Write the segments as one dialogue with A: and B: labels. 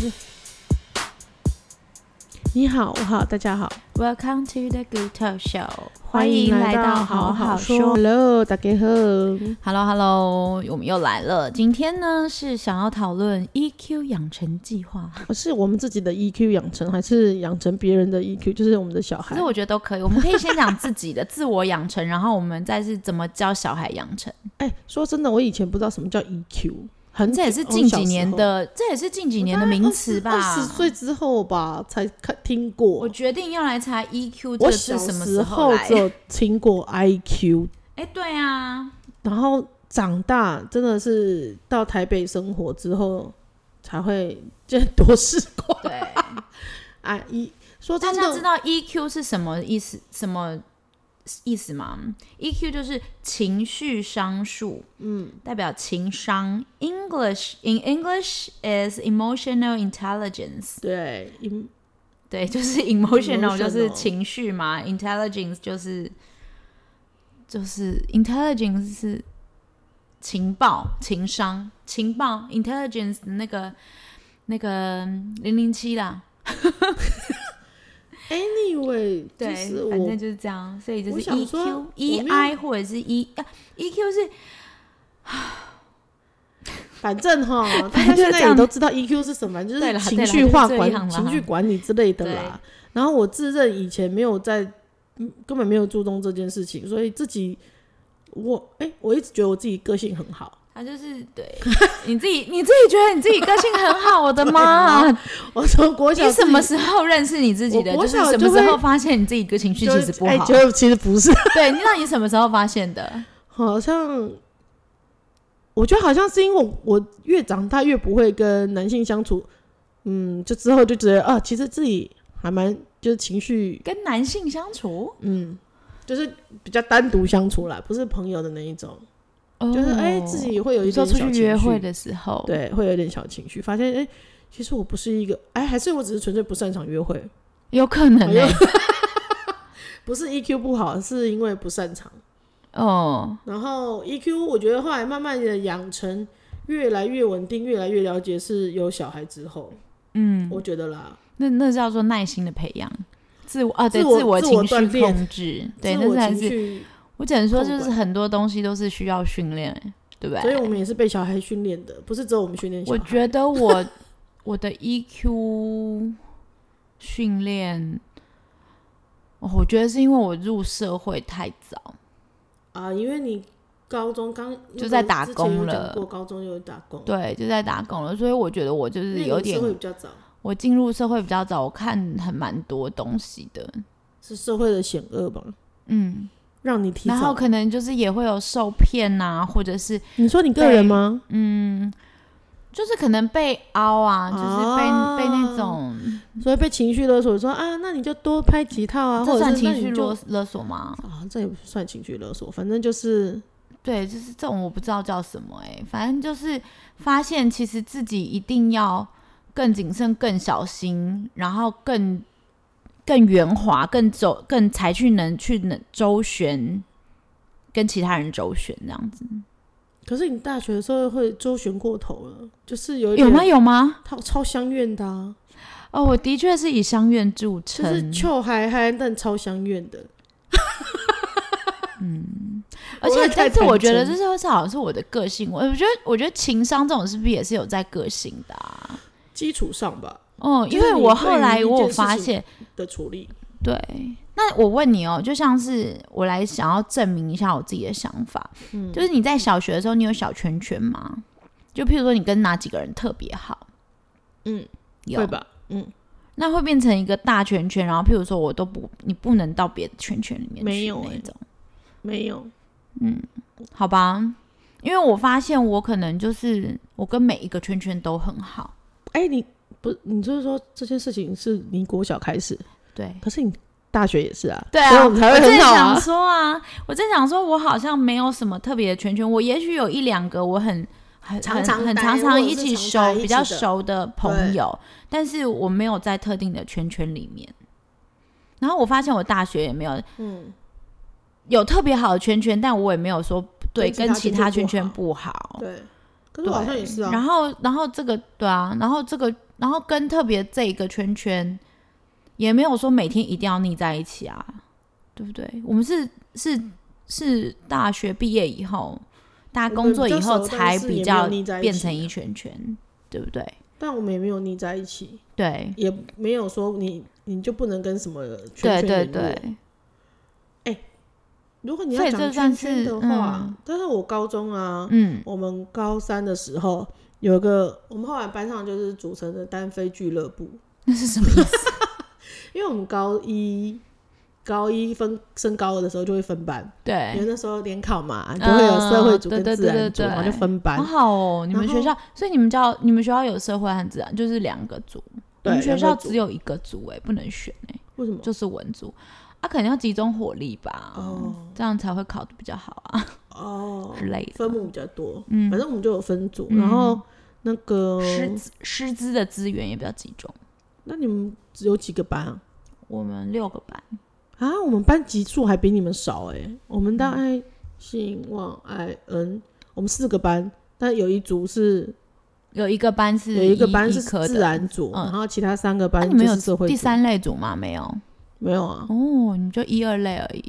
A: 是你好，我好，大家好，
B: Welcome to the Good Talk Show，
A: 欢迎来到好好说。。Hello，大家好。
B: Hello Hello，我们又来了。今天呢是想要讨论 EQ 养成计划，
A: 是我们自己的 EQ 养成，还是养成别人的 EQ？就是我们的小
B: 其
A: 孩
B: 实。我觉得都可以。我们可以先讲自己的 自我养成，然后我们再是怎么教小孩养 成。
A: 哎、说真的，我以前不知道什么叫 E EQ，很
B: 这也是近几年
A: 哦
B: 的，这也是近几年的名词吧。
A: 二十岁之后吧才看听过
B: 我。决定要来查 EQ 这
A: 我
B: 个
A: 小
B: 是什么
A: 时
B: 候
A: 候
B: 来
A: 只？有听过 IQ，
B: 哎，对啊，
A: 然后长大真的是到台北生活之后才会，这多事光。
B: 对，
A: 啊，一说
B: 大
A: 真
B: 家知
A: 的，
B: 道 EQ 是什么意思？什么意思吗？EQ 就是情绪商数，嗯，代表情商。English in English is emotional intelligence。
A: 对，因
B: 对，就是 emotional
A: Emotional
B: 就是情绪嘛，intelligence 就是就是 intelligence 是情报、情商、情报 intelligence 的那个那个零零七啦。
A: anyway，就
B: 对，
A: 是
B: 反正
A: 我
B: 就是这样，所以就
A: 我
B: 是 E
A: 想说
B: EQ、
A: 没有
B: EI 或者是 E 啊 EQ 是
A: 反正哈，大 家
B: 反正就
A: 现
B: 是这
A: 在
B: 样
A: 也都知道 EQ 是什么，就
B: 对
A: 是
B: 啦
A: 情绪化
B: 对啦就是这样
A: 管、
B: 啦
A: 情绪管理之类的啦。然后我自认以前没有在，嗯根本没有注重这件事情，所以自己我哎、我一直觉得我自己个性很好，
B: 它啊就是对你自己，你自己觉得你自己个性很好，我的妈！
A: 我从国小
B: 你什么时候认识你自己的？
A: 我国
B: 是
A: 小
B: 什
A: 就
B: 么时
A: 会
B: 候发现你自己的情绪
A: 就
B: 其实不
A: 哎、
B: 好？
A: 就其实不是，
B: 对，那你什么时候发现的？
A: 好像我觉得好像是因为我我越长大越不会跟男性相处，嗯，就之后就觉得啊，其实自己还蛮就是情绪，
B: 跟男性相处，
A: 嗯，就是比较单独相处啦，不是朋友的那一种，
B: 哦
A: 就是哎、自己会有
B: 有
A: 一
B: 时候
A: 点
B: 出
A: 小
B: 去
A: 情
B: 约会
A: 绪，
B: 的时候，，
A: 对，会有点小情绪，发现哎、其实我不是一个，哎、还是我只是纯粹不擅长约会，
B: 有可能
A: 哎
B: 哎、
A: 不是 EQ 不好，是因为不擅长。
B: 哦，
A: 然后 EQ 我觉得后来慢慢的养成，越来越稳定，越来越了解，是有小孩之后，
B: 嗯，
A: 我觉得啦，
B: 那那叫做耐心的培养，自我啊，对，
A: 自我
B: 自我
A: 自我
B: 情
A: 锻
B: 绪
A: 炼
B: 控制，对，
A: 自
B: 那
A: 我
B: 才
A: 情
B: 是
A: 绪，
B: 我只能说，
A: 控
B: 就是
A: 管
B: 很多东西都是需要训练、欸，对不
A: 所以
B: 对？
A: 我们也是被小孩训练的，不是只有我们训练小
B: 我
A: 孩。
B: 觉得我我的 EQ 训练、哦我觉得是因为我入社会太早，
A: 啊，因为你高中刚
B: 就在打工了
A: 过高中又打工，，
B: 对，就在打工了，所以我觉得我就是有点
A: 社，会比较早，
B: 我进入社会比较早，我看很蛮多东西的，
A: 是社会的险恶吧，
B: 嗯，
A: 让你提
B: 然后
A: 早。
B: 可能就是也会有受骗呐、或者是
A: 你说你个人吗？
B: 就是可能被凹啊，就是被、
A: 啊
B: 被那种，
A: 所以被情绪勒索，说啊，那你就多拍几套啊，或
B: 这
A: 者
B: 算
A: 是那
B: 情绪
A: 你就
B: 勒勒索吗？
A: 啊，这也不算情绪勒索，反正就是
B: 对，就是这种我不知道叫什么哎、反正就是发现其实自己一定要更谨慎、更小心，然后更更圆滑、更走、更才去能去能周旋，跟其他人周旋这样子，
A: 可是你大学的时候会周旋过头了，就是有一
B: 有
A: 点
B: 吗？有吗？
A: 超超相怨的啊，
B: 哦，我的确是以相怨著
A: 就
B: 称，
A: 是臭嗨嗨，但超相怨的。
B: 而
A: 我
B: 且
A: 也太
B: 但是
A: 坦
B: 我觉得这
A: 诚
B: 是好像是我的个性，我我觉得我觉得情商这种是不是也是有在个性的啊？
A: 基础上吧
B: 哦，
A: 就是
B: 因为
A: 你
B: 我
A: 对
B: 后
A: 于
B: 来
A: 一
B: 我有
A: 件事
B: 发
A: 情
B: 现，
A: 的处理，
B: 对，那我问你哦，就像是我来想要证明一下我自己的想法，
A: 嗯
B: 就是你在小学的时候，你有小圈圈吗？就譬如说你跟哪几个人特别好，
A: 嗯，
B: 有
A: 会？吧？嗯，
B: 那会变成一个大圈圈，然后譬如说我都不，你不能到别的圈圈里面去
A: 没有
B: 那
A: 欸
B: 种，
A: 没有，
B: 好吧？因为我发现我可能就是我跟每一个圈圈都很好，
A: 哎、你不，你就是说这件事情是你国小开始，
B: 对，
A: 可是你大学也是啊，
B: 对啊，
A: 所以我们才会
B: 正
A: 很好
B: 想
A: 啊。
B: 说啊，我正想说，我好像没有什么特别的圈圈，我也许有一两个我很很
A: 常常
B: 很很
A: 待
B: 常
A: 或
B: 常
A: 者
B: 一
A: 是常
B: 起熟
A: 待一
B: 比
A: 起
B: 较
A: 的
B: 熟的朋友，但是我没有在特定的圈圈里面。然后我发现我大学也没有
A: 嗯，
B: 有特别好的圈圈，但我也没有说对
A: 跟
B: 跟
A: 其
B: 其
A: 他
B: 他
A: 圈
B: 圈
A: 圈
B: 圈不好。
A: 对。可是我好像也是啊，
B: 然后，然后这个对啊，然后这个然后跟特别这一个圈圈，也没有说每天一定要腻在一起啊，对不对？我们是是
A: 嗯
B: 是大学毕业以后，大家工作以后才比较变成一圈圈，对不对？
A: 但我们也没有腻在一起，
B: 对
A: 也没有说你你就不能跟什么圈圈
B: 对对
A: 联络
B: 对，
A: 如果你
B: 所
A: 要
B: 以这
A: 讲
B: 算
A: 圈圈
B: 是
A: 的话，
B: 嗯
A: 但是我高中啊，
B: 嗯
A: 我们高三的时候有一个，我们后来班上就是组成的单飞俱乐部，
B: 那是什么意思？
A: 因为我们高一高一分升高二的时候就会分班， 因为
B: 对，
A: 那时候联考嘛，
B: 哎嗯
A: 就会有社会组
B: 对
A: 跟
B: 对
A: 自然组，
B: 对对对
A: 然后就分
B: 好
A: 班。
B: 好哦，你们
A: 然
B: 学校，所以你们教你们学校有社会和自然，就是两个组。我
A: 对
B: 们学
A: 两
B: 校
A: 个组
B: 只有一个组哎、不能选哎、
A: 为什么？
B: 就是文组，啊，可能要集中火力吧，
A: 哦
B: 这样才会考的比较好啊
A: 哦，
B: 之类的。
A: 分母比较多，
B: 嗯
A: 反正我们就有分组，
B: 嗯
A: 然后那个，
B: 师资师资的资源也比较集中。
A: 那你们只有几个班啊？
B: 我们六个班，
A: 啊，我们班级数还比你们少哎、我们大概
B: 嗯
A: 兴旺爱恩，我们四个班，但有一组是
B: 有一个班是
A: 有一个
B: 医
A: 班
B: 医
A: 是
B: 科的
A: 自然组，
B: 嗯
A: 然后其他三个
B: 那、
A: 班
B: 你们
A: 就
B: 有
A: 是社会
B: 第
A: 组
B: 三类组吗？没有哦
A: 没有啊？，
B: 你们就一二类而已。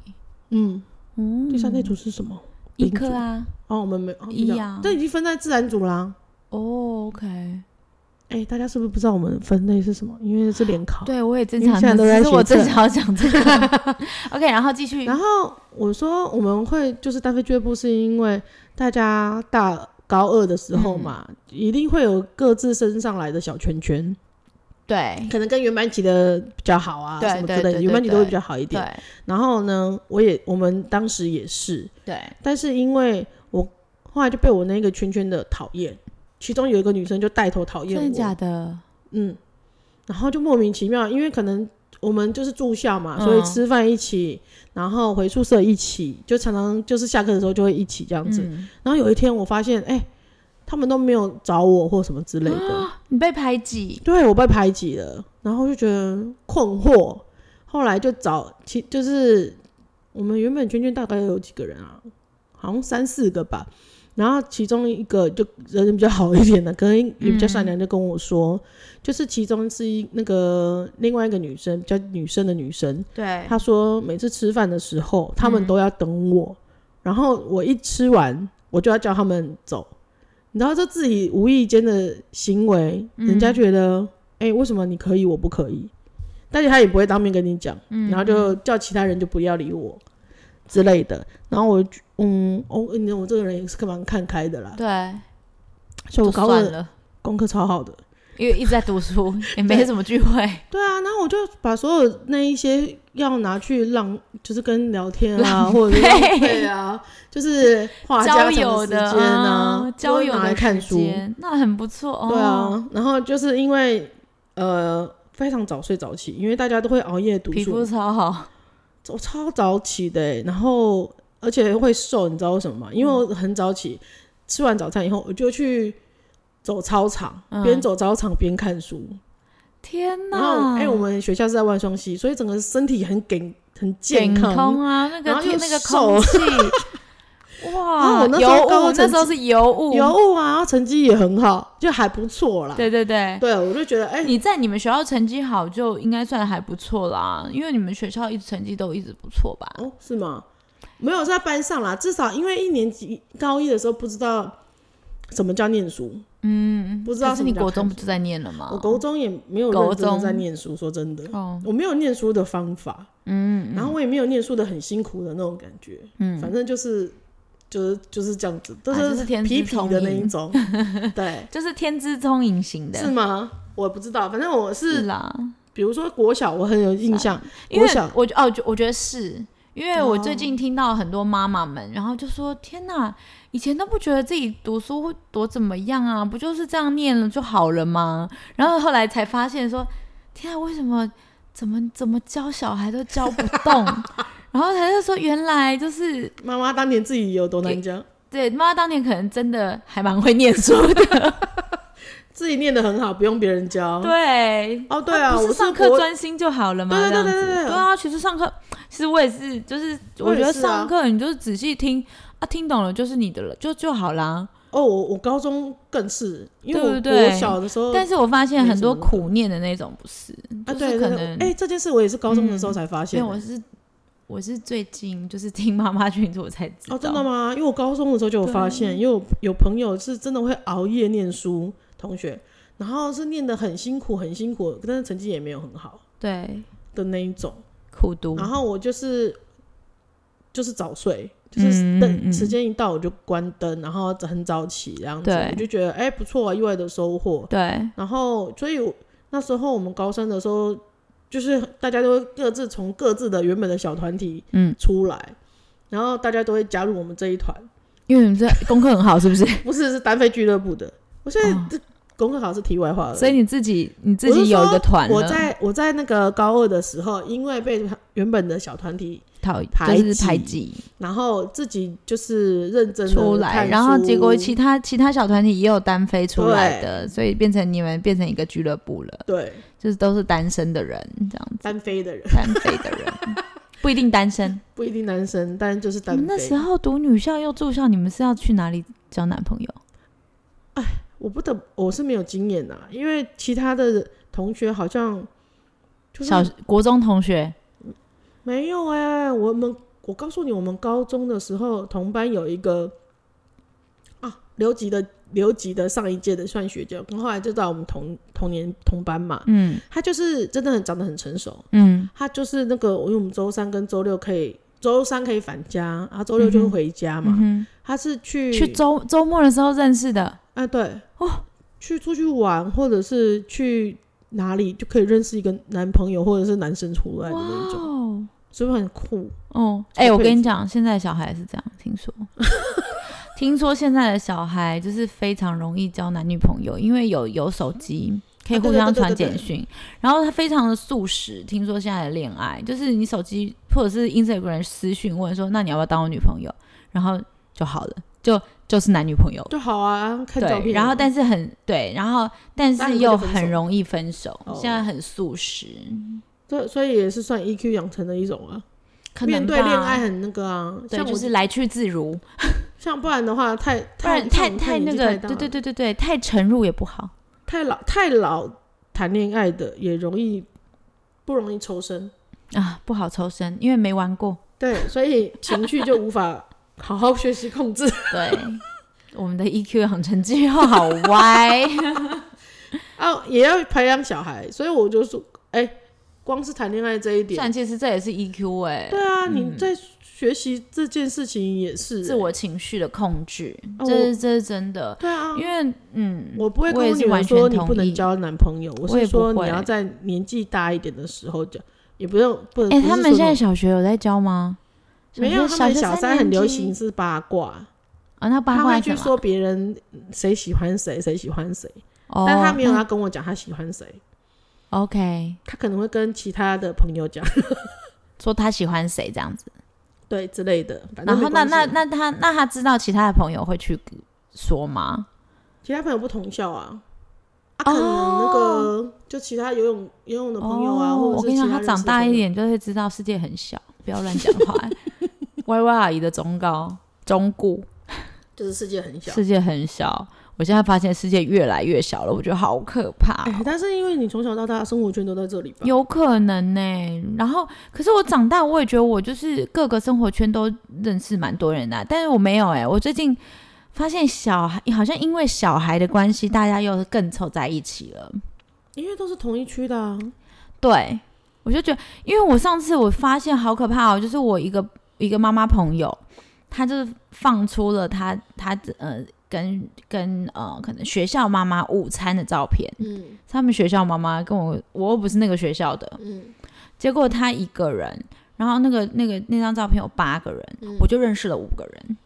A: 嗯，
B: 嗯，
A: 第三类组是什么？
B: 医
A: 丙组
B: 科啊，
A: 哦，我们没哦，
B: 一
A: 比较
B: 啊
A: 这已经分在自然组啦、
B: 哦，OK，
A: 哎、大家是不是不知道我们分类是什么？因为是联考。
B: 对我也正
A: 哦因为
B: 常，
A: 现在都在
B: 只是我
A: 学
B: 正
A: 测
B: 想要讲 这个。OK，然后继续
A: 然后我说我们会就是单飞俱乐部，是因为大家大高二的时候嘛，
B: 嗯
A: 一定会有各自升上来的小圈圈，
B: 对
A: 可能跟原班级的比较好啊，
B: 对
A: 什么之
B: 对
A: 类的，
B: 对
A: 原班级
B: 对
A: 都会
B: 对
A: 比较好一点。
B: 对
A: 然后呢，我也我们当时也是，
B: 对，
A: 但是因为我后来就被我那个圈圈的讨厌，其中有一个女生就带头讨厌
B: 真的
A: 我，
B: 假的？
A: 嗯，然后就莫名其妙，因为可能我们就是住校嘛，
B: 嗯
A: 所以吃饭一起，然后回宿舍一起，就常常就是下课的时候就会一起这样子。
B: 嗯，
A: 然后有一天我发现，哎、他们都没有找我或什么之类的，
B: 你被排挤，
A: 对我被排挤了，然后就觉得困惑。后来就找，其就是我们原本圈圈大概有几个人啊，好像三四个吧。然后其中一个就人比较好一点的，可能也比较善良，就跟我说，就是其中是一那个另外一个女生，比较女生的女生，
B: 对，
A: 她说每次吃饭的时候，他们都要等我，然后我一吃完，我就要叫他们走。你知道这自己无意间的行为，
B: 嗯
A: 人家觉得，哎、为什么你可以，我不可以？但是他也不会当面跟你讲，
B: 嗯
A: 然后就叫其他人就不要理我之类的。然后我就，嗯，哦，你知道我这个人也是蛮看开的啦，
B: 对，
A: 所以我
B: 就
A: 高
B: 算
A: 二
B: 了，
A: 功课超好的。
B: 因为一直在读书，也没什么 聚会，
A: 对啊，然后我就把所有那一些要拿去浪，就是跟聊天啊，或者是浪 费啊，就是话家
B: 交
A: 常
B: 友
A: 时间
B: 的哦
A: 啊，
B: 交友
A: 都拿
B: 的
A: 来看
B: 时
A: 书。
B: 间，那很不错哦。
A: 对，啊，然后就是因为呃非常早睡早起，因为大家都会熬夜读
B: 皮
A: 书，
B: 肤超好，
A: 我超早起的欸、然后而且会瘦，你知道为什么吗？因为我很早起，吃完早餐以后我就去走操场，边、
B: 嗯
A: 走操场边看书。
B: 天
A: 然后，
B: 哪！
A: 哎、我们学校是在万双溪，所以整个身体很健很健
B: 健
A: 康。
B: 康啊，那
A: 然
B: 个
A: 后又
B: 天那个
A: 瘦
B: 空气，
A: 然后
B: 哇，
A: 我那时候
B: 油
A: 高
B: 雾
A: 成
B: 那时候是油雾，
A: 有物啊啊，然后成绩也很好，就还不错啦。
B: 哦对对对。
A: 对，我就觉得，哎、
B: 你在你们学校成绩好，就应该算还不错啦，因为你们学校一直成绩都一直不错吧？
A: 哦，是吗？没有在班上啦，至少因为一年级高一的时候不知道什么叫念书，
B: 嗯，
A: 不知道
B: 可是
A: 什么
B: 你
A: 叫
B: 国中
A: 看
B: 不就在念了吗？
A: 我高中也没有
B: 哦高
A: 认真地
B: 中
A: 在念书，说真的，
B: 哦，
A: 我没有念书的方法，
B: 嗯，
A: 然后我也没有念书的很辛苦的那种感觉，
B: 嗯
A: 反正就是就是就是这样子，都
B: 啊就是天资
A: 皮皮
B: 聪
A: 的那
B: 颖
A: 一 种，对，
B: 就是天资聪颖型的，嗯
A: 是吗？我不知道，反正我是
B: 是啦，
A: 比如说国小，我很有印象，
B: 因为
A: 国小
B: 我觉哦，我觉我觉得是因为我
A: 哦
B: 最近听到很多妈妈们，然后就说：“天哪，以前都不觉得自己读书会多怎么样啊，不就是这样念了就好了吗？”然后后来才发现说：“天啊，为什么怎么怎么教小孩都教不动？” 然后他就说：“原来就是
A: 妈妈当年自己有多难教，
B: 对妈妈当年可能真的还蛮会念书的，
A: 自己念得很好，不用别人教。
B: 对，
A: 哦，对啊，
B: 不
A: 我
B: 是上
A: 国
B: 课专心就好了嘛？
A: 对对对
B: 这样子
A: 对对对
B: 啊，其实上课，其实我也是，就是
A: 我
B: 我
A: 也
B: 觉得
A: 是啊
B: 上课你就是仔细听啊，听懂了就是你的了，就就好啦。
A: 哦，我我高中更是，因为
B: 对
A: 我
B: 不对
A: 我小的时候，
B: 但是我发现
A: 没
B: 很
A: 什
B: 多
A: 么
B: 苦念的那种不是，
A: 哦啊，
B: 就
A: 对
B: 是可
A: 对
B: 能嗯
A: 对，哎，这件事我也是高中的时候才发
B: 因为
A: 现
B: 我
A: 的。
B: 是我是最近就是听妈妈群组我才知道，
A: 哦，真的吗？因为我高中的时候就有发现，因为我有朋友是真的会熬夜念书，同学，然后是念得很辛苦，很辛苦，但是成绩也没有很好
B: 对，
A: 的那一种。
B: 苦读，
A: 然后我就是就是早睡，就是
B: 嗯
A: 灯、
B: 嗯
A: 时间一到我就关灯，然后很早起这样子，
B: 对
A: 我就觉得哎、不错、啊，意外的收获。
B: 对，
A: 然后所以我那时候我们高三的时候，就是大家都会各自从各自的原本的小团体
B: 嗯，
A: 出来，然后大家都会加入我们这一团，
B: 因为你们这功课很好，是不 是？
A: 不是是单飞俱乐部的。我现在
B: 哦
A: 这功课好像是题外话了，
B: 所以你自己你自
A: 我是
B: 己有一
A: 说
B: 个团了，
A: 我在我在那个高二的时候，因为被原本的小团体
B: 讨
A: 排
B: 就是
A: 挤
B: 排挤
A: 然后自己就是认真的
B: 出来，然后结果其他其他小团体也有单飞出来的，所以变成你们变成一个俱乐部了，
A: 对
B: 就是都是单身的人这样子，
A: 单飞的人
B: 单飞的 人不一定单身。
A: 不一定男生，但就是
B: 你
A: 单
B: 们那
A: 飞
B: 时。候读女校又住校，你们是要去哪里交男朋友？
A: 我不得我是没有经验呐、因为其他的同学好像就是
B: 小国中同学
A: 没有哎、我们我告诉你，我们高中的时候同班有一个啊留级的留级的上一届的算学姐，后来就到我们同同年同班嘛，
B: 嗯
A: 她就是真的很长得很成熟，
B: 嗯，
A: 他就是那个，因为我们周三跟周六可以，周三可以返家，啊，周六就会回家嘛。
B: 嗯
A: 他是去
B: 哼去周周末的时候认识的，
A: 啊，对
B: 哦，
A: 去出去玩，或者是去哪里就可以认识一个男朋友或者是男生出来的
B: 哇
A: 那种，
B: 哦，
A: 是不是很酷？
B: 哦，哎、
A: 小
B: 我
A: 佩
B: 跟你
A: 服
B: 讲，现在的小孩是这样，听说， 听说现在的小孩就是非常容易交男女朋友，因为有有手机。可以
A: 啊对
B: 互
A: 对
B: 相
A: 对对
B: 传
A: 对对
B: 简讯，然后他非常的速食。听说现在的恋爱就是你手机或者是 Instagram 私讯问说，那你要不要当我女朋友？然后就好了，就就是男女朋友。
A: 就好啊，看照
B: 对，
A: 片啊。
B: 然后但是很对，然后但
A: 但
B: 是
A: 很快
B: 又
A: 就分
B: 很
A: 手
B: 容易分手，
A: 哦
B: 现在很速食，
A: 这所以也是算 EQ 养成的一种啊。
B: 可
A: 面
B: 能
A: 对恋
B: 吧
A: 爱很那个啊，
B: 对
A: 像我
B: 就是来去自如。
A: 像不然的话，太
B: 不然太
A: 太
B: 太那个，对对
A: 对，
B: 对对对，太沉入也不好。
A: 太老太老谈恋爱的也容易不容易抽身。
B: 啊，不好抽身，因为没玩过。
A: 对，所以情绪就无法好好学习控 制
B: 对，我们的 EQ 养成之后 好歪。
A: 啊，也要培养小孩，所以我就说，哎、光是谈恋爱这一点，
B: 但其实这也是 EQ 哎、
A: 对啊，你在学习这件事情也是、
B: 自我情绪的控制，
A: 啊
B: 这
A: 我
B: 是这是真的。
A: 对啊，
B: 因为嗯，
A: 我不会跟
B: 我也
A: 我
B: 是
A: 女儿
B: 完全
A: 说你
B: 同
A: 不能
B: 意
A: 交男朋友，我
B: 我也
A: 是
B: 不
A: 说
B: 会
A: 你要在年纪大一点的时候讲，也不用不能。
B: 哎、
A: 不是
B: 他们
A: 说
B: 现在
A: 什
B: 小学有在教吗？
A: 么没有，
B: 小
A: 他
B: 学
A: 们
B: 小
A: 小
B: 学
A: 三很
B: 年
A: 流
B: 级
A: 行是八卦，
B: 啊，那八
A: 他
B: 卦
A: 会
B: 是
A: 去
B: 什么
A: 说别人谁喜欢谁，谁喜欢谁，
B: 哦，
A: 但他没有
B: 那
A: 要跟我讲他喜欢谁，
B: OK，
A: 他可能会跟其他的朋友讲。
B: 说他喜欢谁这样子。
A: 对之类的。反
B: 然
A: 正
B: 后那
A: 没
B: 那
A: 关系啊
B: 那他那他知道其他的朋友会去说吗？
A: 其他朋友不同校啊，啊，可能那个、就其他游泳游泳的朋友啊，
B: 哦
A: 或者
B: 我
A: 是
B: 跟你讲，
A: 其
B: 他
A: 认识的
B: 长大
A: 朋友
B: 一，点就会知道世界很小，不要乱讲 话。歪歪阿姨的忠告、忠固，
A: 就是世界很小。
B: 世界很小。我现在发现世界越来越小了，我觉得好可怕 哦、
A: 哎、但是因为你从小到大生活圈都在这里吧？
B: 有可能呢、然后，可是我长大，我也觉得我就是各个生活圈都认识蛮多人的啊、但是我没有哎、我最近发现小孩好像因为小孩的关系，大家又更凑在一起了。
A: 因为都是同一区的啊。
B: 对，我就觉得，因为我上次我发现好可怕哦，就是我一个一个妈妈朋友，她就是放出了她她呃跟跟呃可能学校妈妈午餐的照片，
A: 嗯
B: 他们学校妈妈跟我我又不是那个学校的，
A: 嗯，
B: 结果她一个人，然后那个那个那张照片有八个人，
A: 嗯
B: 我就认识了五个人，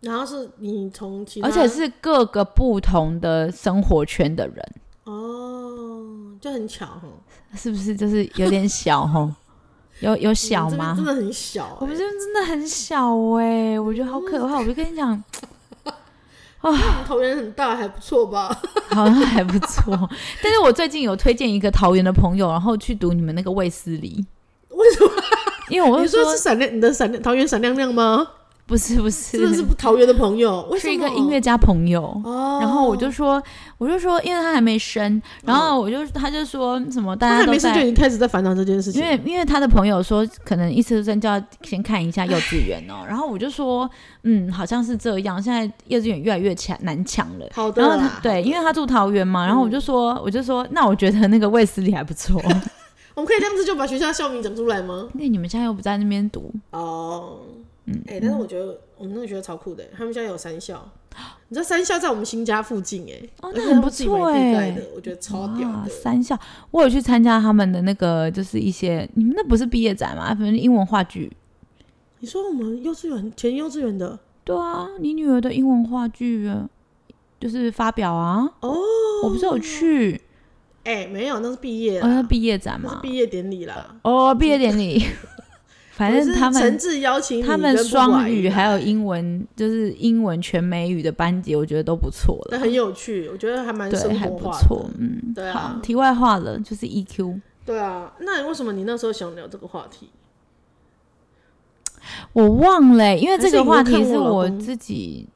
A: 然后是你从其他，
B: 而且是各个不同的生活圈的人，
A: 哦，就很巧哈。
B: 是不是就是有点小吼？有有小
A: 你们
B: 吗？
A: 这边真的很小、欸
B: 我们
A: 是
B: 这边真的很小哎、我觉得好
A: 嗯
B: 可怕。我就跟你讲，
A: 桃园很大，还不错吧？
B: 好像还不错。但是我最近有推荐一个桃园的朋友，然后去读你们那个卫斯理，
A: 为什么？
B: 因为我
A: 你
B: 就
A: 说是闪亮，你的闪亮桃园闪亮亮吗？
B: 不是不是，
A: 真的是不桃园的朋友，为什
B: 是
A: 么？
B: 一个音乐家朋友。
A: 哦，
B: 然后我就说，我就说，因为他还没生，然后我就他就说什么大
A: 他
B: 家
A: 还
B: 都
A: 没生就已
B: 在，
A: 经开始在烦恼这件事情
B: 因，为因为他的朋友说，可能一出生就要先看一下幼稚园哦。然后我就说，嗯，好像是这样，现在幼稚园越来越强难抢了。
A: 好的
B: 然后
A: 啦，嗯
B: 他对，因为他住桃园嘛，然后我就说，我就说，那我觉得那个卫斯理还 不错，
A: 我们可以这样子就把学校校名讲出来吗？
B: 因为你们现在又不在那边读，
A: 哦，嗯，哎、但是我觉得我们那个学校超酷的，他们现在有三校，你知道三校在我们新家附近哎，
B: 哦
A: 而
B: 那
A: 且
B: 很
A: 他
B: 不
A: 们自己买
B: 错
A: 地
B: 哎
A: 盖的，我觉得超屌
B: 哇，
A: 的。
B: 三校，我有去参加他们的那个，就是一些你们那不是毕业展吗？反正英文话剧。
A: 你说我们幼稚园前幼稚园的
B: 对啊，你女儿的英文话剧啊就是发表啊，
A: 哦，
B: 我不是有去，
A: 哎、没有，那是毕业
B: 哦，那
A: 啦，
B: 毕业展
A: 啊那是
B: 嘛，
A: 毕业典礼啦。
B: 哦，毕业 典礼， 反
A: 我
B: 正
A: 是
B: 他
A: 诚
B: 们
A: 挚邀请你
B: 他们
A: 跟布
B: 双
A: 瓦
B: 语
A: 伊
B: 还有
A: 来，
B: 英文，就是英文全美语的班级，我觉得都不错
A: 那
B: 了，
A: 很有趣，我觉得还蛮
B: 对，
A: 生
B: 还
A: 活
B: 不
A: 化的。
B: 错，嗯，
A: 对啊
B: 好，题外话了，就是 E EQ，
A: 对啊，那为什么你那时候想聊这个话题？
B: 我忘了欸、因为
A: 还
B: 这
A: 是
B: 个
A: 你
B: 话
A: 有看
B: 题是
A: 我老
B: 我
A: 公
B: 自己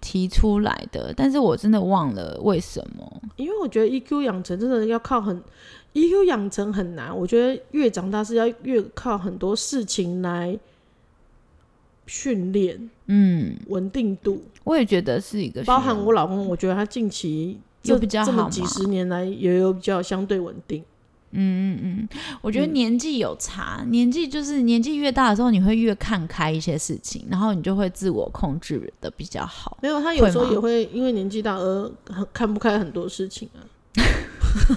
B: 提出来的，但是我真的忘了为什么，
A: 因为我觉得 EQ 养成真的要靠很，EQ 养成很难。我觉得越长大是要越靠很多事情来训练
B: 嗯，
A: 稳定度，
B: 我也觉得是一个
A: 包
B: 学
A: 含我老公，我觉得他近期
B: 有
A: 这
B: 比较
A: 这
B: 好
A: 么
B: 吗
A: 几十年来也有比较相对稳定。
B: 我觉得年纪有差，年纪就是年纪越大的时候，你会越看开一些事情，然后你就会自我控制的比较 好。
A: 没有，他有时候
B: 会吗
A: 也会因为年纪大而很看不开很多事情啊。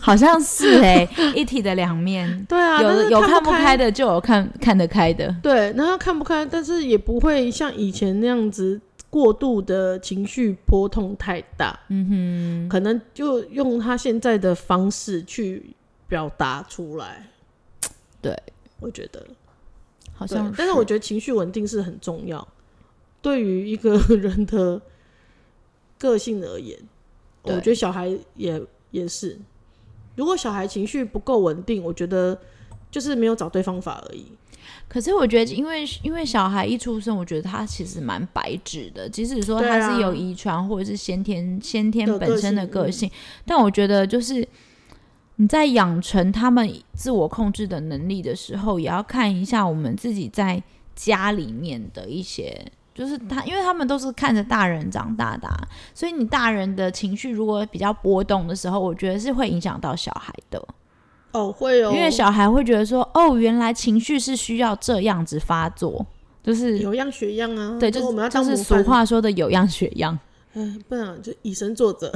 B: 好像是哎、一体的两 面，
A: 对啊，但
B: 有
A: 是
B: 有
A: 看
B: 看不开
A: 开。
B: 的，就有看看得开的。
A: 对，然后看不开，但是也不会像以前那样子过度的情绪波动太大。
B: 嗯
A: 可能就用他现在的方式去表达出来。
B: 对，
A: 我觉得，
B: 哼，好
A: 好
B: 像
A: 但是我觉得情绪稳定是很重要，对于一个人的个性而言，我
B: 对
A: 觉得小孩也也是。如果小孩情绪不够稳定，我觉得就是没有找对方法而已。
B: 可是我觉得，因为因为小孩一出生，我觉得他其实蛮白纸的，即使说他
A: 对啊
B: 是有遗传或者是先天先天
A: 的
B: 本身
A: 个性嗯
B: 的个性，但我觉得就是你在养成他们自我控制的能力的时候，也要看一下我们自己在家里面的一些。就是
A: 嗯
B: 他，因为他们都是看着大人长大的啊、所以你大人的情绪如果比较波动的时候，我觉得是会影响到小孩的。
A: 哦，会哦，
B: 因为小孩会觉得说，哦，原来情绪是需要这样子发作，就是
A: 有样学样啊。
B: 对，
A: 那
B: 就是
A: 我们要
B: 就
A: 当
B: 是
A: 模
B: 俗
A: 范，
B: 话说的有样学样。
A: 哎，不然就以身作则。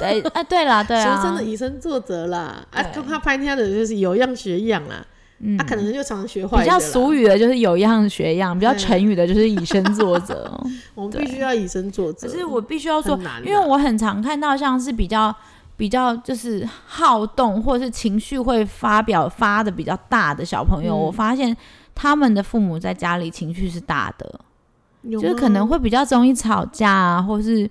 B: 对，啊，对啦，对
A: 俗称的
B: 啊，
A: 以身作则啦，啊，
B: 对
A: 跟他拍天的就是有样学样啦，
B: 嗯
A: 他、可能就常常学坏
B: 比
A: 的啦。
B: 较俗语的就是有样学样，比较
A: 对
B: 成语的就是以身作则。哦
A: 我们必须要以身作则。
B: 可是我必须要说
A: 很，难啦，
B: 因为我很常看到像是比较比较就是好动或者是情绪会发表发的比较大的小朋友，
A: 嗯
B: 我发现他们的父母在家里情绪是大的，
A: 有
B: 就是
A: 吗
B: 可能，会比较容易吵架啊，或是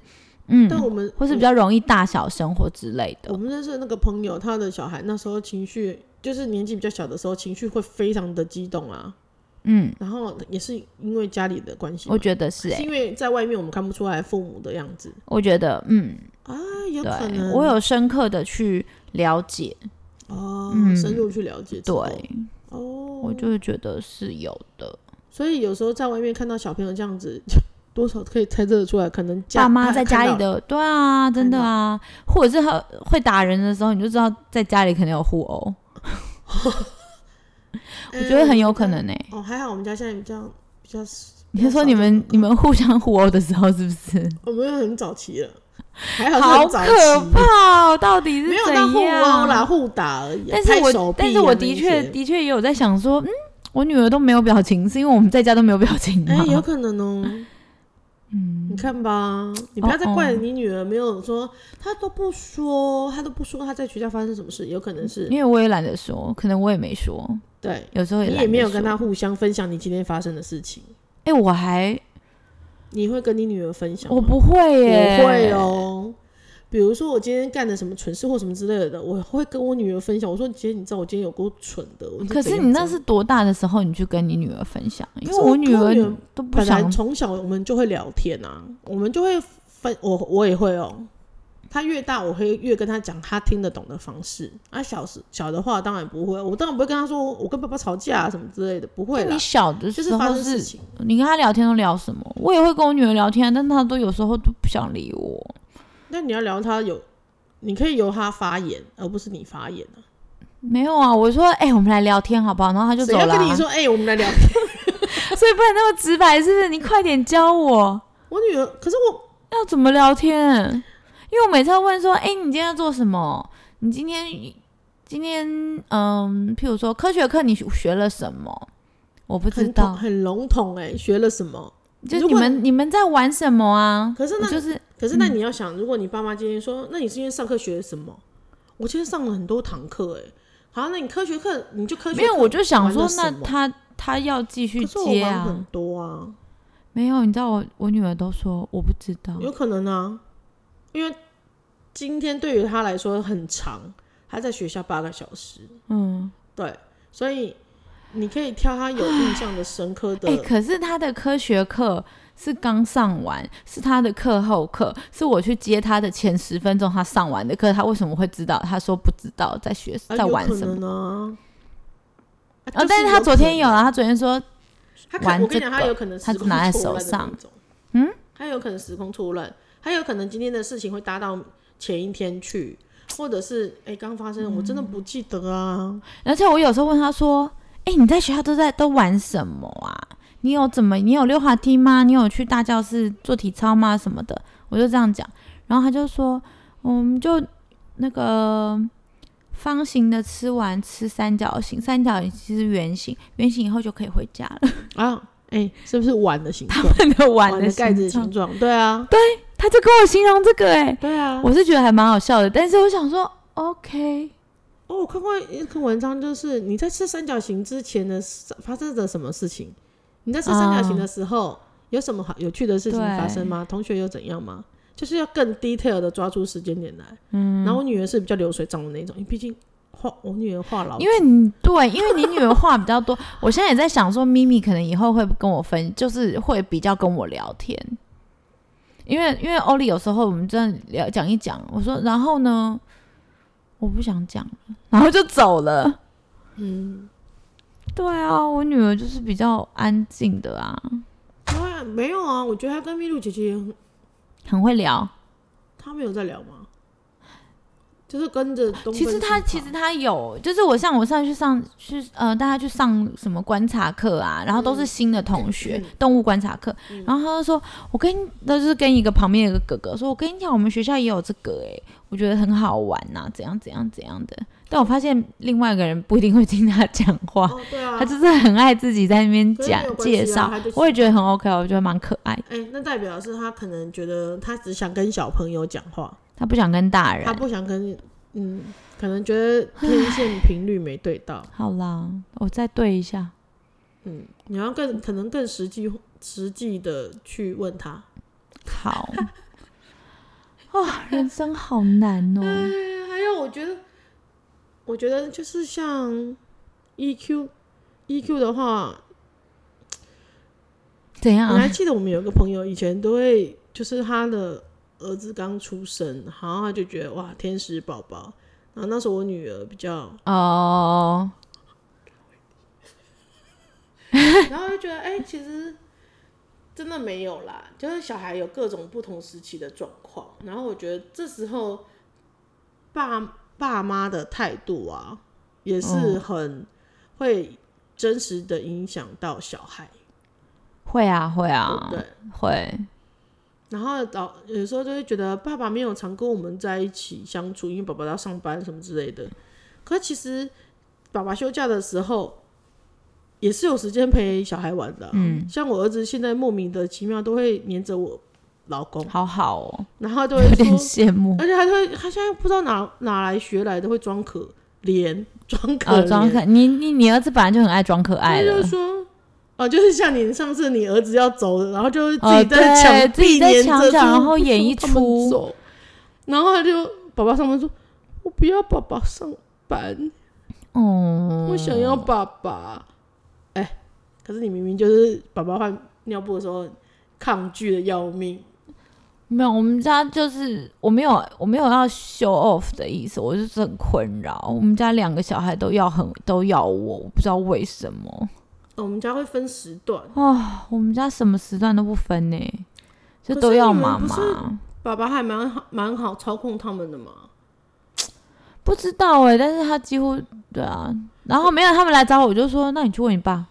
B: 嗯，
A: 但我们
B: 或是比较容易大小生活之类
A: 我
B: 的。
A: 们认识的那个朋友，他的小孩那时候情绪就是年纪比较小的时候，情绪会非常的激动啊，
B: 嗯，
A: 然后也是因为家里的关系嘛，
B: 我觉得是哎、
A: 是因为在外面我们看不出来父母的样子
B: 我觉得嗯，
A: 啊，有
B: 对
A: 可能
B: 我有深刻的去了解，
A: 哦、
B: 嗯
A: 深入去了解之
B: 对
A: 后，哦，
B: 我就会觉得是有的。
A: 所以有时候在外面看到小朋友这样子， 多少可以猜测得出来，可能家
B: 爸妈在家里
A: 看到
B: 的，对啊，真的啊，或者是他会打人的时候，你就知道在家里可能有互殴，我觉得很有可能哎、
A: 嗯哦，还好我们家现在比较比较，
B: 你是说你们你们互相互殴的时候是 不是？
A: 哦我们很早期了，还好是
B: 好
A: 很早
B: 可
A: 期，
B: 怕、哦，到底是
A: 没有
B: 怎
A: 到互殴
B: 样啊
A: 啦，互打而已啊、
B: 但是
A: 拍手
B: 我
A: 臂啊
B: 但是我的确
A: 那一些
B: 的确也有在想说，嗯，我女儿都没有表情，是因为我们在家都没有表情
A: 哎、
B: 吗？
A: 有可能哦、嗯，你看吧，你不要再怪
B: 哦哦
A: 你女儿没有说，她都不说，她都不说她在学校发生什么事，有可能是
B: 因为我也懒得说，可能我也没说，
A: 对
B: 有时候也
A: 你
B: 懒
A: 也
B: 得
A: 没有跟
B: 说。
A: 她互相分享你今天发生的事情，
B: 哎、我还
A: 你会跟你女儿分享吗？
B: 我不会耶，
A: 我会。哦。比如说我今天干的什么蠢事或什么之类的，我会跟我女儿分享。我说：“姐，你知道我今天有多蠢的。我
B: 可
A: 怎
B: 是
A: 样
B: 你
A: 怎
B: 那
A: 样
B: 是多大的时候你去跟你女儿分享？因为
A: 是我
B: 我
A: 跟
B: 女
A: 我
B: 儿
A: 女儿
B: 都不
A: 本来
B: 想，
A: 从小我们就会聊天啊，我们就会分我我也会哦。他越大，我会越跟他讲他听得懂的方式。啊，小时小的话当然不会，我当然不会跟他说我跟爸爸吵架、啊、什么之类的，不会啦
B: 你。小的
A: 就
B: 时
A: 是发
B: 候
A: 生事
B: 是
A: 情，
B: 你跟她聊天都聊什么？我也会跟我女儿聊天，啊但她都有时候都不想理我。
A: 那你要聊他有，你可以由他发言，而不是你发言啊。
B: 没有啊，我说哎、我们来聊天好不好？然后她就
A: 谁
B: 走
A: 要
B: 了啊、
A: 跟你说，哎、我们来聊天。
B: 所以不能那么直白，是不是？你快点教我
A: 我女儿，可是我
B: 要怎么聊天，因为我每次要问说，哎、你今天要做什么？你今天今天嗯，譬如说科学课你学了什么？我不知
A: 很统
B: 道，
A: 很笼统、哎，学了什么？
B: 就是
A: 如
B: 你
A: 果
B: 们你嗯们在玩什么啊？
A: 可是那
B: 我就是
A: 可是那你要想，如果你爸妈今天说，那你今天上课学了什么？我今天上了很多堂课，哎，好，那你科学课你就科学课，
B: 没有，我就想说，
A: 玩了
B: 那
A: 什么
B: 他他要继续
A: 可是我
B: 接
A: 玩很
B: 啊？
A: 多啊，
B: 没有，你知道我我女儿都说我不知道，
A: 有可能啊，因为今天对于他来说很长，他在学校八个小时，
B: 嗯，
A: 对，所以你可以挑他有印象的深刻的
B: 哎、，可是他的科学课是刚上完，是他的课后课，是我去接他的前十分钟他上完的课，他为什么会知道？他说不知道在学
A: 啊
B: 在
A: 有
B: 玩
A: 可
B: 什么。
A: 能啊。啊
B: 哦，但是他昨天有，
A: 啊。
B: 啊，他昨天说
A: 他可
B: 玩
A: 我跟你
B: 这
A: 讲，他
B: 个
A: 有可能
B: 他
A: 时空
B: 拿在
A: 错
B: 手
A: 乱的
B: 上
A: 那种，嗯，他有可能时空错乱，他有可能今天的事情会搭到前一天去，或者是哎刚、发生，我真的不记得啊。
B: 而且我有时候问他说：“哎、你在学校都在都玩什么啊？你有怎么？你有溜滑梯吗？你有去大教室做体操吗？什么的？”我就这样讲，然后他就说：“我们就那个方形的吃完，吃三角形，三角形其实圆形，圆形以后就可以回家了。
A: 啊，哎、是不是碗的形状？
B: 那个 碗
A: 碗
B: 的
A: 的盖子的
B: 形状
A: 形状，对啊，
B: 他就跟我形容这个、哎，
A: 对啊。
B: 我是觉得还蛮好笑的，但是我想说，OK，
A: 哦，我看过一篇文章，就是你在吃三角形之前的事发生了什么事情？你在吃三角形的时候、有什么好有趣的事情
B: 嗯对
A: 发生吗？同学又怎样吗？就是要更 detail 的抓出时间点来。嗯，然后我女儿是比较流水账的那种，因为毕竟画我女儿画老，
B: 因为你对，因为你女儿话比较多，我现在也在想说，咪咪可能以后会跟我分，就是会比较跟我聊天，因为因为欧丽有时候我们这样聊讲一讲，我说然后呢，我不想讲了，然后就走了。
A: 嗯，
B: 对啊，我女儿就是比较安静的啊，
A: 对啊，没有啊，我觉得她跟蜜露姐姐很，
B: 很会聊。
A: 她没有在聊吗？就是跟着东奔
B: 其实她
A: 西
B: 其
A: 跑
B: 实她有，就是我像我上去上去呃，大家去上什么观察课啊，然后
A: 嗯
B: 都是新的同学，动物观察课，然后他就说，我跟那就是跟一个旁边有个哥哥说，我跟你讲，我们学校也有这个诶、我觉得很好玩呐、怎样怎样怎样的。但我发现另外一个人不一定会听他讲话，
A: 哦，对啊，
B: 他就是很爱自己在那边
A: 可是
B: 讲
A: 没有关系
B: 介
A: 啊
B: 绍
A: 他就，是
B: 我也觉得很 OK，我觉得蛮可爱的。
A: 哎、那代表是她可能觉得她只想跟小朋友讲话。
B: 他不想跟大人
A: 他，不想跟，嗯，可能觉得天线频率没对到，
B: 好啦，我再对一下。
A: 嗯，你要更可能更实际实际的去问他。
B: 好。 哦，人生好难哦。
A: 哎还有，我觉得，我觉得就是像 EQ。EQ 的话，
B: 怎样
A: 你还
B: 啊？
A: 记得我们有一个朋友以前都会，就是他的儿子刚出生，然后他就觉得哇天使宝宝，然后那时候我女儿比较
B: 哦，
A: 然后就觉得，哎、其实真的没有啦，就是小孩有各种不同时期的状况。然后我觉得这时候爸爸妈的态度啊，也是很会真实的影响到小孩，
B: 会啊，会
A: 对
B: 啊
A: 不，对？
B: 会。
A: 然后导有时候就会觉得爸爸没有常跟我们在一起相处，因为爸爸要上班什么之类的。可其实爸爸休假的时候，也是有时间陪小孩玩的啊、
B: 嗯
A: 像我儿子现在莫名的奇妙都会黏着我老公，
B: 好好哦，
A: 然后就会
B: 有
A: 说
B: 点，羡慕。
A: 而且他就会他现在不知道哪哪来学来的会装可怜，装可
B: 呃，
A: 怜，啊
B: 装可你你你儿子本来就很爱装可爱
A: 他
B: 的
A: 就，说。哦，就是像你上次你儿子要走了，然后就自
B: 哦
A: 己在
B: 对
A: 墙
B: 自己
A: 壁
B: 在
A: 黏
B: 墙
A: 着
B: 角
A: 说
B: 然后
A: 不
B: 演一
A: 他们
B: 出
A: 走然后他就爸爸上班说：“我不要爸爸上班，
B: 哦，
A: 我想要爸爸。哎、可是你明明就是爸爸换尿布的时候抗拒的要命，
B: 没有，我们家就是我没有我没有要 show off 的意思，我就是很困扰。我们家两个小孩都要很都要我，我不知道为什么
A: 哦我们家会分时段，
B: 啊、我们家什么时段都不分呢、
A: 可
B: 就
A: 是
B: 都要
A: 你们
B: 妈
A: 不是
B: 妈。
A: 爸爸还蛮好蛮好操控他们的嘛。
B: 不知道哎、但是他几乎对啊，然后没有他们来找我，我就说那你去问你爸，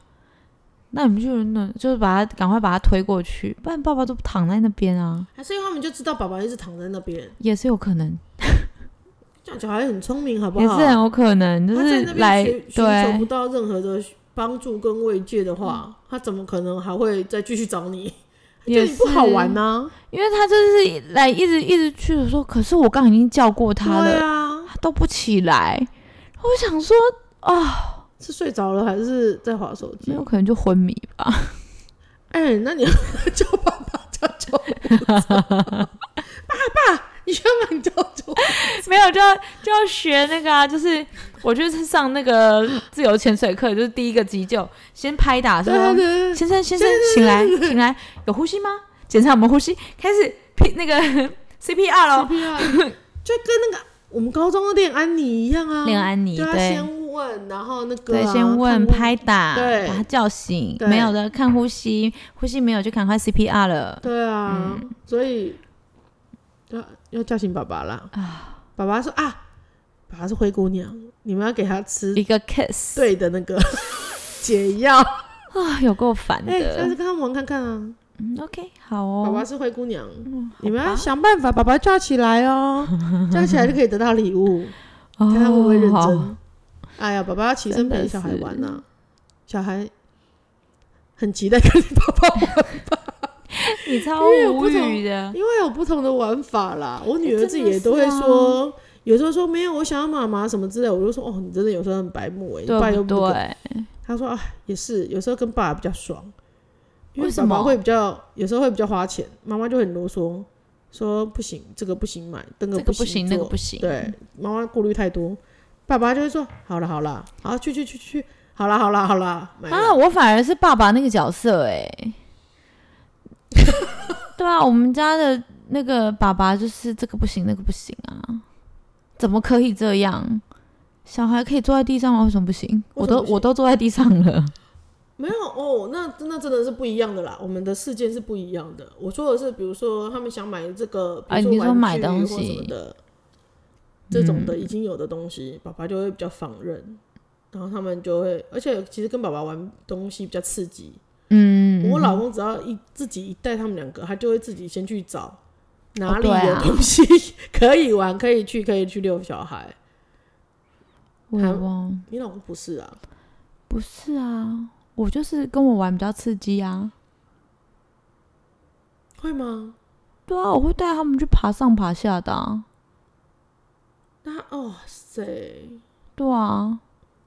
B: 那你们去那就是把他赶快把他推过去，不然爸爸都躺在那边啊，
A: 还是因为他们就知道爸爸一直躺在那边，
B: 也是有可能，
A: 这样小孩很聪明，好不
B: 也
A: 好？
B: 是很有可能，就
A: 他在
B: 是
A: 那
B: 嗯来
A: 边寻寻求不
B: 对嗯
A: 到任何的帮助跟慰藉的话，他怎么可能还会再继续找你？他觉
B: 也
A: 得你不
B: 是
A: 好玩啊呢、
B: 因为他就是来一直一直去的说，可是我刚刚已经叫过他
A: 对
B: 了，
A: 啊，
B: 他都不起来，我想说啊
A: 是睡着了还是在划手
B: 没
A: 机
B: 有？可能就昏迷吧，
A: 哎、那你要 叫爸爸叫救护车，爸爸，你去帮你叫救 护车
B: 没有，就要就要学那个啊，就是我就是上那个自由潜水课，就是第一个急救，先拍打说
A: 对啊对对，
B: 先生先生醒来醒来，有呼吸吗？检查我们呼吸，开始 P 那个 CPR
A: 好
B: 喽，
A: 厉害就跟那个我们高中练安妮一样啊，
B: 练安妮
A: 对啊，
B: 对
A: 先问，然后那个、
B: 对，
A: 啊、
B: 先
A: 看
B: 问拍打，
A: 对
B: 把他叫醒，
A: 对
B: 没有的看呼吸，呼吸没有就赶快 CPR 了。
A: 对啊，所以要要叫醒爸爸啦。爸爸说啊，爸爸是灰姑娘，你们要给他吃
B: 一个 kiss，
A: 对的那 个解药。
B: 啊，有够烦
A: 哎、下次
B: 的。
A: 跟他们玩看看啊。
B: 嗯 OK，好
A: 爸爸
B: 哦。
A: 是灰姑娘，
B: 嗯好
A: 你们要
B: 吧
A: 想办法把爸爸叫起来 哦，叫起来就可以得到礼物。看他会不会认
B: 哦
A: 真。哎呀，爸爸要起身
B: 真的
A: 陪小孩
B: 是
A: 玩呐、小孩很期待跟你爸爸玩，
B: 你超
A: 因为有
B: 无
A: 不同
B: 语的。
A: 因为有不同的玩法啦。我女
B: 哎
A: 儿
B: 真
A: 自己
B: 的
A: 也都
B: 是
A: 会
B: 啊
A: 说，有时候说没有，我想要妈妈什么之类，我就说哦，你真的有时候很白目哎、你爸
B: 对
A: 又
B: 不
A: 不懂。
B: 对？
A: 她说啊，也是，有时候跟爸爸比较爽，因
B: 为什
A: 爸爸
B: 么
A: 会比较，有时候会比较花钱，妈妈就很啰嗦，说不行，这个不行买，那个
B: 这个不
A: 不
B: 行，
A: 行
B: 那个
A: 做
B: 不行。
A: 对，妈妈顾虑太多，爸爸就会说：“好了好了，好去去去去，好了好了好了，买了
B: 啊，我反而是爸爸那个角色 哎、对啊，我们家的那个爸爸就是这个不行，那个不行啊，怎么可以这样？小孩可以坐在地上吗？为什么不行？我
A: 为什么
B: 都
A: 不行
B: 我都坐在地上 了。
A: 没有哦，那那真的是不一样的啦，我们的事件是不一样的。我说的是，比如说他们想买这个，比
B: 啊
A: 如
B: 你说
A: 玩
B: 买
A: 具
B: 东
A: 或
B: 西
A: 什么的，这种的已经有的东西，爸爸就会比较放任，然后他们就会，而且其实跟爸爸玩东西比较刺激。
B: 嗯，
A: 我老公只要一自己一带他们两个，他就会自己先去找哪里
B: 对
A: 有
B: 啊
A: 东西可以玩，可以去，可以去遛小孩。
B: 我也忘
A: 你老公不是啊？
B: 不是啊，我就是跟我玩比较刺激啊。
A: 会吗？
B: 对啊，我会带他们去爬上爬下的、啊。
A: 那哦塞，
B: 对啊，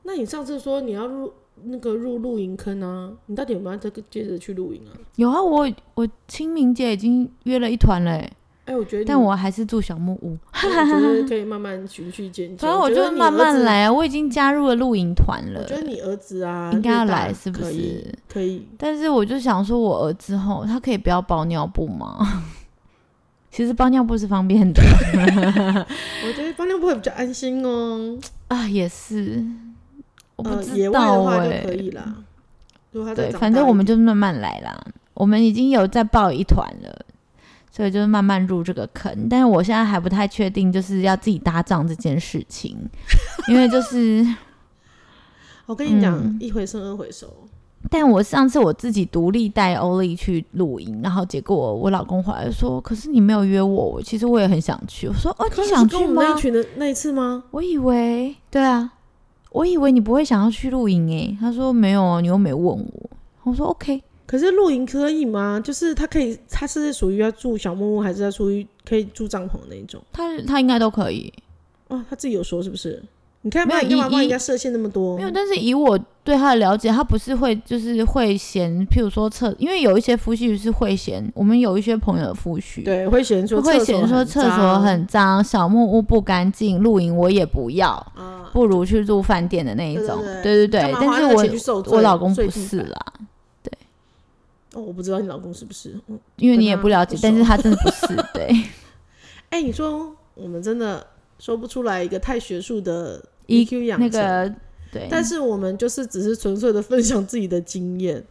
A: 那你上次说你要入那个入露营坑啊，你到底有没有这个接着去露营啊？
B: 有啊，我我清明节已经约了一欸团嘞、
A: 哎、我觉得你，
B: 但我还是住小木屋。
A: 我 觉得可以慢慢循序渐进。
B: 反正我
A: 觉得
B: 就
A: 你
B: 慢
A: 儿
B: 慢
A: 子。
B: 来，我已经加入了露营团
A: 我
B: 了
A: 觉，得你儿子啊，
B: 应该要
A: 越大
B: 来是不
A: 可以
B: 是？
A: 可以，
B: 但是我就想说，我儿子吼，他可以不要包尿布吗？ 其实包尿布是方 便的
A: 我觉得放尿布会比较安心哦。
B: 啊，也是，我不
A: 呃，
B: 知
A: 野外的
B: 道
A: 话
B: 哎、
A: 就可以啦。如果他再
B: 对，
A: 长
B: 反
A: 大
B: 正
A: 一
B: 我们
A: 点
B: 就慢慢来啦。我们已经有在报一团了，所以就是慢慢入这个坑。但是我现在还不太确定，就是要自己搭帐这件事情，因为就是
A: 我跟你讲，
B: 嗯
A: 一回生二回熟。
B: 但我上次我自己独立带欧丽去露营，然后结果我老公回来说：“可是你没有约我，我其实我也很想去。”我说：“哦，
A: 可
B: 你
A: 是
B: 想
A: 跟
B: 去
A: 我们那
B: 吗
A: 一群的那一次吗？？”
B: 我以为对啊，我以为你不会想要去露营诶。他说：“没有啊，你又没问我。”我说：“OK，
A: 可是露营可以吗？就是他可以，他是属于要住小木屋，还是要属于可以住帐篷那一种？
B: 他他应该都可以。
A: 哦，他自己有说是不是？你看，不然你
B: 没有
A: 干嘛
B: 一
A: 帮人
B: 一
A: 家设限那么多
B: 没？有，但是以我对他的了解，他不是会就是会嫌，譬如说厕，因为有一些夫婿是会嫌，我们有一些朋友的夫婿，，
A: 对，会嫌说
B: 会
A: 厕所
B: 嫌说
A: 很
B: 厕所
A: 脏
B: 很脏，小木屋不干净，露营我也不要，
A: 啊，
B: 不如去住饭店的那一
A: 对对
B: 种，
A: 对
B: 对对
A: 干
B: 对
A: 嘛。花那个钱
B: 但
A: 去
B: 是
A: 受
B: 我
A: 罪
B: 我老公
A: 睡
B: 不
A: 地
B: 是
A: 板
B: 啦，
A: 哦，我不知道你老公是不是。嗯
B: 因为
A: 跟
B: 你也
A: 他
B: 不了
A: 不
B: 解，但
A: 熟
B: 是他真的不 是，对，
A: 哎、你说我们真的说不出来一个太学术的
B: 一
A: EQ 养
B: 那
A: 成，
B: 个对，
A: 但是我们就是只是纯粹的分享自己的经验，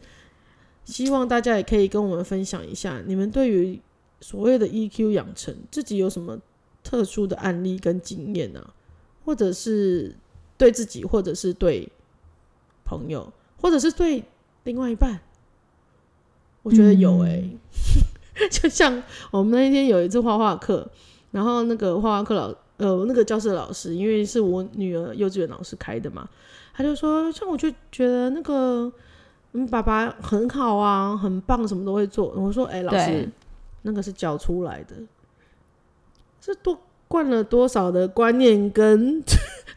A: 希望大家也可以跟我们分享一下，你们对于所谓的 EQ 养成，自己有什么特殊的案例跟经验啊，或者是对自己，或者是对朋友，或者是对另外一半，我觉得有诶、 就像我们那一天有一次画画课，然后那个画画课老呃那个教室的老师，因为是我女儿幼稚园老师开的嘛，他就说，像我就觉得那个嗯爸爸很好啊，很棒，什么都会做。我说，哎、老师
B: 对，
A: 那个是教出来的，这多灌了多少的观念跟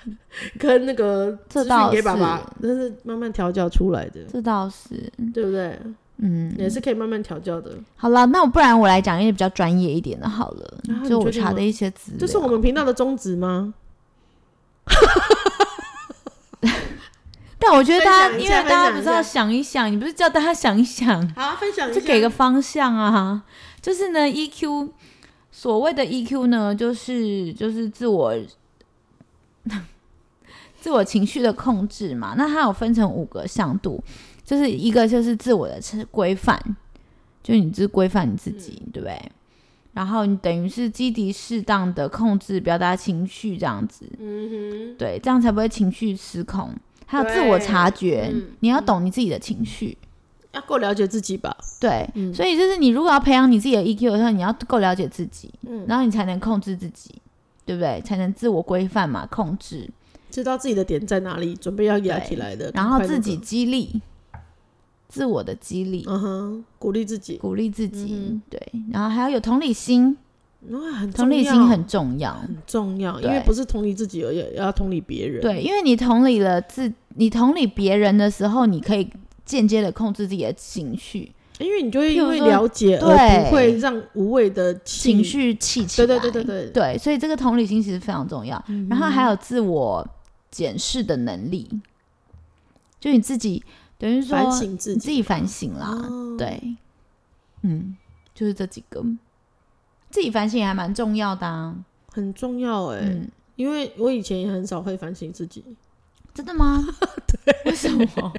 A: 跟那个
B: 这
A: 资讯
B: 倒
A: 给爸
B: 是
A: 爸，那是慢慢调教出来的，
B: 这倒是，
A: 对不对？
B: 嗯，
A: 也是可以慢慢调教的。
B: 好了，那我不然我来讲一些比较专业一点的好了，
A: 啊你
B: 就我
A: 确定
B: 查
A: 吗
B: 的一些资料，
A: 这是我们频道的宗旨吗？
B: 但我觉得大家，
A: 分享一
B: 因
A: 下
B: 为
A: 分
B: 大
A: 享
B: 家不
A: 一
B: 是要
A: 下
B: 想一想，你不是叫大家想一想，
A: 好，啊分享
B: 就给个方向啊。就是呢，EQ，所谓的 EQ 呢，就是就是自我 自我情绪的控制嘛。那它有分成五个向度，就是一个就是自我的规范，就你只规范你自己，对不对？然后你等于是积极适当的控制表达情绪这样子，
A: 嗯哼，
B: 对，这样才不会情绪失控。还有自我察觉，
A: 嗯
B: 你要懂你自己的情绪。
A: 要够了解自己吧。
B: 对，
A: 嗯
B: 所以就是你如果要培养你自己的 EQ 的时候，你要够了解自己，
A: 嗯
B: 然后你才能控制自己，对不对？才能自我规范嘛，控制，
A: 知道自己的点在哪里，准备要压起来的，
B: 然
A: 赶
B: 后
A: 快那
B: 自
A: 个
B: 己激励，自我的激励，
A: 嗯哼，鼓励自己，
B: 鼓励自己，
A: 嗯
B: 对，然后还要有同理心，
A: 哇，很
B: 同理
A: 重
B: 心
A: 要
B: 很重要，
A: 很重要，因
B: 对
A: 为不是同理自己而已，也要同理别人。
B: 对，因为你同理了自，你同理别人的时候，你可以间接的控制自己的情绪。
A: 因为你就会
B: 譬
A: 因
B: 如
A: 为
B: 说
A: 了解而
B: 对
A: 不会让无谓的气
B: 情。绪气起
A: 对
B: 来。
A: 对对对对，
B: 对所以这个同理心其实非常重要。
A: 嗯
B: 然后还有自我检视的能力，就你自己等于说
A: 反省自
B: 你自
A: 己
B: 己反省啦。
A: 哦
B: 对，嗯，就是这几个，自己反省也还蛮重要的啊。
A: 很重要哎、
B: 嗯，
A: 因为我以前也很少会反省自己，
B: 真的 吗？对，为什么？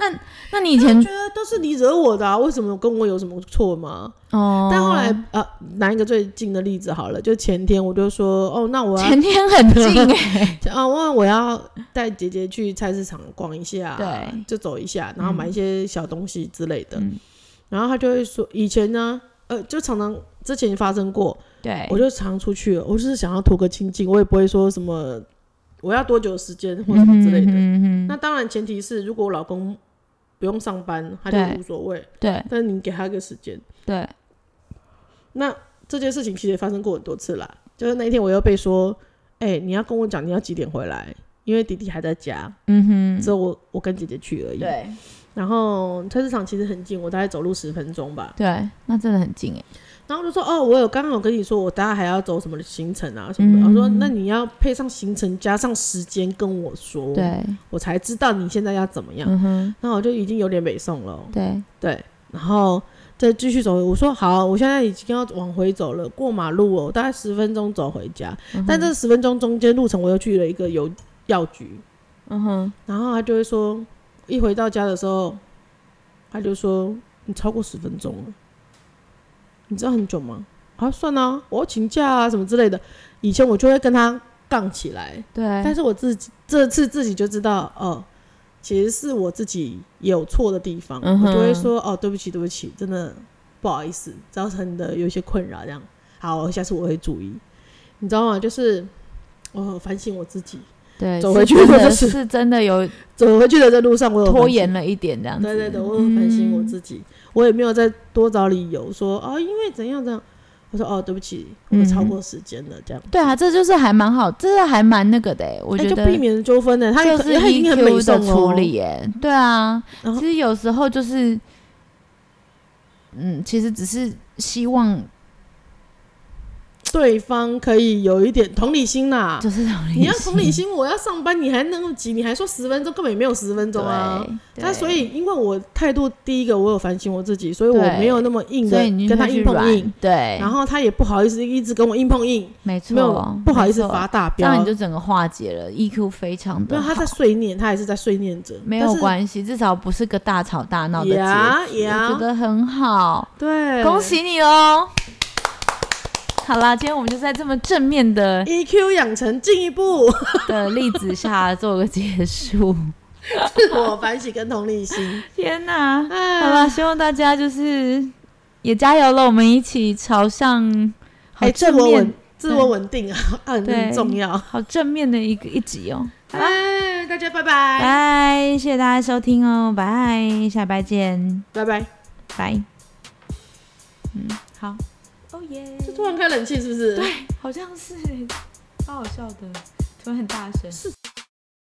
B: 那那你以前
A: 觉得都是你惹我的、啊，为什么跟我有什么错吗？
B: 哦，
A: 但后来呃，拿一个最近的例子好了，就前天我就说哦，那我要
B: 前天很近 哎、
A: 啊，我我要带姐姐去菜市场逛一下，
B: 对，
A: 就走一下，然后买一些小东西之类的。
B: 嗯
A: 然后她就会说，以前呢，呃，就常常之前发生过，
B: 对，
A: 我就常出去了，我就是想要图个清净，我也不会说什么我要多久时间或什么之类的。
B: 嗯哼嗯哼
A: 那当然前提是，如果我老公不用上班，他就
B: 对
A: 无所谓，
B: 对
A: 但是你给他一个时间。
B: 对，
A: 那这件事情其实也发生过很多次啦，就是那一天我又被说，哎、你要跟我讲你要几点回来，因为弟弟还在家，
B: 嗯
A: 只有我我跟姐姐去而
B: 哼，
A: 已。，
B: 对
A: 然后菜市场其实很近，我大概走路十分钟吧。
B: 对，那真的很近哎、
A: 然后我就说，哦，我有刚刚有跟你说，我大概还要走什么行程啊什么的。
B: 嗯
A: 我说，那你要配上行程加上时间跟我说，
B: 对，
A: 我才知道你现在要怎么样。
B: 嗯哼，
A: 那我就已经有点北宋了哦，
B: 对，
A: 对，然后再继续走。我说好，我现在已经要往回走了，过马路哦，我大概十分钟走回家。
B: 嗯哼
A: 但这十分钟中间路程，我又去了一个邮药局，
B: 嗯哼，
A: 然后他就会说，一回到家的时候，他就说你超过十分钟了，你知道很久吗？啊，算啦、我要请假啊，什么之类的。以前我就会跟他杠起来，但
B: 对，
A: 是我自己这次自己就知道，哦，其实是我自己有错的地方，
B: 嗯
A: 我
B: 哼
A: 就会说，哦，对不起，对不起，真的不好意思，造成的有一些困扰，这样，好，下次我会注意，你知道吗？就是我反省我自己，
B: 对，
A: 走
B: 是
A: 回去
B: 真
A: 或者
B: 的
A: 是
B: 是真的有
A: 走回去的这路上，我有反省
B: 拖延，了嗯一点这样子，
A: 对对对，我有反省我自己，我也没有再多找理由说，哦，因为怎样怎样，我说哦，对不起，我
B: 嗯
A: 超过时间了，这样。
B: 对啊，这就是还蛮好，这是还蛮那个的、欸，我
A: 哎
B: 觉
A: 就
B: 得、
A: 避免纠纷呢，他也
B: 就
A: 可
B: 是 E
A: 他已经很美
B: EQ 的
A: 送
B: 处
A: 哦。
B: 理耶、对啊
A: 然，后
B: 其实有时候就是，嗯，其实只是希望
A: 啊对方可以有一点同理心啦。
B: 就是让
A: 你要同理
B: 心
A: 心，我要上班，你还那么急，你还说十分钟，根本也没有十分钟啊。
B: 对
A: 那
B: 对
A: 所以，因为我态度第一个，我有反省我自己，所以我
B: 对
A: 没有那么硬的
B: 所以你就
A: 跟他
B: 会去
A: 硬碰
B: 软
A: 硬，，
B: 对，
A: 然后他也不好意思一直跟我硬碰硬，
B: 没错，
A: 没有不好意思
B: 没错
A: 发大
B: 这
A: 飙，
B: 样你就整个化解了，EQ 非常
A: 没
B: 的
A: 有他在碎念，他也是在碎念着，
B: 没有
A: 系，
B: 关系，至少不是个大吵大闹的结
A: 呀
B: 局，
A: 呀
B: 我觉得很好，
A: 对，
B: 恭喜你哦！好啦，今天我们就在这么正面的
A: EQ E 养成进一步，
B: 的例子下做个结束。
A: 自我反省跟同理心，
B: 天哪，好
A: 哎，
B: 啦，希望大家就是也加油了，我们一起朝向好
A: 哎自
B: 正
A: 我
B: 面
A: 稳、自我稳定啊， 很
B: 对
A: 很重要。
B: 好正面的一个一集哦。好啦，
A: 哎，大家拜拜，
B: 拜，谢谢大家收听哦，拜，下礼拜见，
A: 拜拜。
B: 拜。嗯，好，哦耶，
A: 就突然开冷气是不是？对。
B: 好像是，超好笑的，突然很大声。
A: 是